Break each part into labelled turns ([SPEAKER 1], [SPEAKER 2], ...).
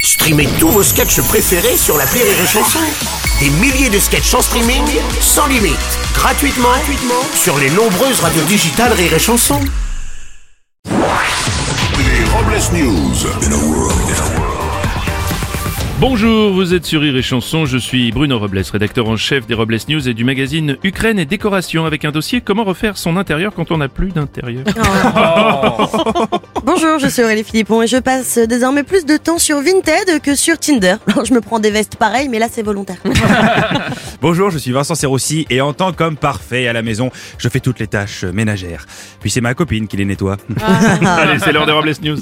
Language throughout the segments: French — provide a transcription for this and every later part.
[SPEAKER 1] Streamez tous vos sketchs préférés sur la Rire et Chanson. Des milliers de sketchs en streaming, sans limite, gratuitement, gratuitement sur les nombreuses radios digitales Rire et Chanson.
[SPEAKER 2] Les Robles News.
[SPEAKER 3] Bonjour, vous êtes sur Rire et Chanson, je suis Bruno Robles, rédacteur en chef des Robles News et du magazine Ukraine et Décoration avec un dossier Comment refaire son intérieur quand on n'a plus d'intérieur.
[SPEAKER 4] Bonjour, je suis Aurélie Philippon et je passe désormais plus de temps sur Vinted que sur Tinder. Je me prends des vestes pareilles, mais là c'est volontaire.
[SPEAKER 5] Bonjour, je suis Vincent Serroussi et en tant qu'homme parfait à la maison, je fais toutes les tâches ménagères. Puis c'est ma copine qui les nettoie.
[SPEAKER 3] Allez, c'est l'heure des Robles News.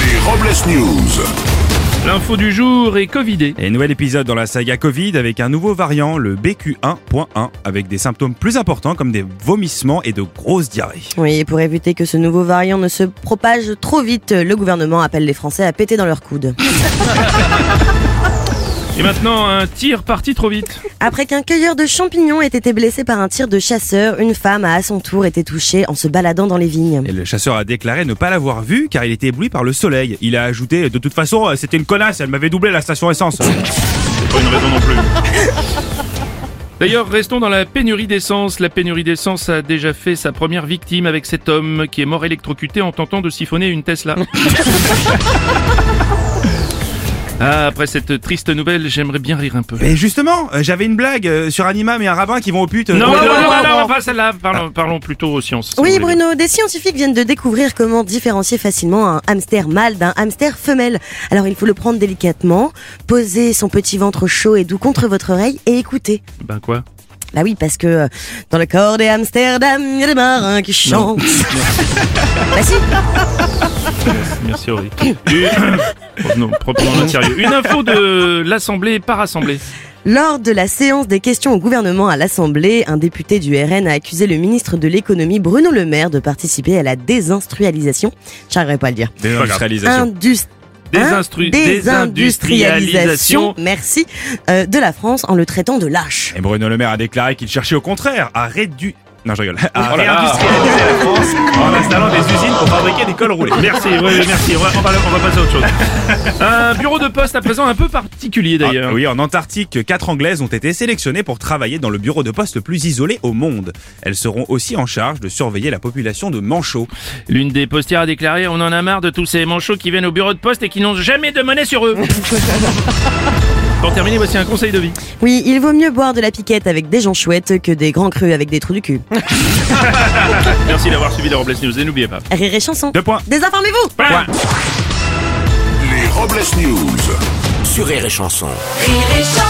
[SPEAKER 2] Les Robles News.
[SPEAKER 3] L'info du jour est Covidé.
[SPEAKER 5] Et nouvel épisode dans la saga Covid avec un nouveau variant, le BQ1.1, avec des symptômes plus importants comme des vomissements et de grosses diarrhées.
[SPEAKER 4] Oui, et pour éviter que ce nouveau variant ne se propage trop vite, le gouvernement appelle les Français à péter dans leurs coudes.
[SPEAKER 3] Et maintenant, un tir parti trop vite.
[SPEAKER 4] Après qu'un cueilleur de champignons ait été blessé par un tir de chasseur, une femme a à son tour été touchée en se baladant dans les vignes.
[SPEAKER 5] Et le chasseur a déclaré ne pas l'avoir vu car il était ébloui par le soleil. Il a ajouté, de toute façon, euh, c'était une connasse, elle m'avait doublé à la station essence.
[SPEAKER 3] Pas une raison non plus. D'ailleurs, restons dans la pénurie d'essence. La pénurie d'essence a déjà fait sa première victime avec cet homme qui est mort électrocuté en tentant de siphonner une Tesla. Ah, après cette triste nouvelle, j'aimerais bien rire un peu.
[SPEAKER 5] Et justement, euh, j'avais une blague euh, sur un imam et un rabbin qui vont euh, aux putes.
[SPEAKER 3] Non, non, non, non, non, pas celle-là. Parlons, parlons plutôt aux sciences. si
[SPEAKER 4] Oui
[SPEAKER 3] vous voulez bien.
[SPEAKER 4] Bruno, des scientifiques viennent de découvrir comment différencier facilement un hamster mâle d'un hamster femelle. Alors il faut le prendre délicatement, poser son petit ventre chaud et doux contre votre oreille et écouter.
[SPEAKER 3] Ben quoi
[SPEAKER 4] Bah oui, parce que euh, dans le corps des Amsterdam, il y a des marins qui chantent. bah si,
[SPEAKER 3] Merci Aurélie. non, proprement notre sérieux. Une info de l'Assemblée par Assemblée.
[SPEAKER 4] lors de la séance des questions au gouvernement à l'Assemblée, un député du RN a accusé le ministre de l'économie Bruno Le Maire de participer à la désindustrialisation. J'arriverai pas à le dire.
[SPEAKER 5] Désindustrialisation.
[SPEAKER 4] Indus-
[SPEAKER 3] Désinstru-
[SPEAKER 4] Hein désindustrialisation, merci, euh, de la France en le traitant de lâche.
[SPEAKER 5] Et Bruno Le Maire a déclaré qu'il cherchait au contraire à réduire. Non, je rigole. À
[SPEAKER 3] Oh là là.
[SPEAKER 5] réindustrialiser la France en installant des usines pour fabriquer des cols roulés.
[SPEAKER 3] Merci, oui, oui, merci. On va, on va- on va passer à autre chose. Un bureau de poste à présent un peu particulier d'ailleurs.
[SPEAKER 5] Ah, oui, en Antarctique, quatre Anglaises ont été sélectionnées pour travailler dans le bureau de poste le plus isolé au monde. Elles seront aussi en charge de surveiller la population de manchots.
[SPEAKER 3] L'une des postières a déclaré On en a marre de tous ces manchots qui viennent au bureau de poste et qui n'ont jamais de monnaie sur eux. Pour terminer, voici un conseil de vie.
[SPEAKER 4] Oui, il vaut mieux boire de la piquette avec des gens chouettes que des grands crus avec des trous du cul.
[SPEAKER 3] Merci d'avoir suivi les Robles News et n'oubliez pas.
[SPEAKER 4] Rire et chanson.
[SPEAKER 5] Deux points.
[SPEAKER 4] Désinformez-vous
[SPEAKER 3] Point.
[SPEAKER 2] Les Robles News.
[SPEAKER 1] Sur Rire et Chanson.
[SPEAKER 6] Rire et chanson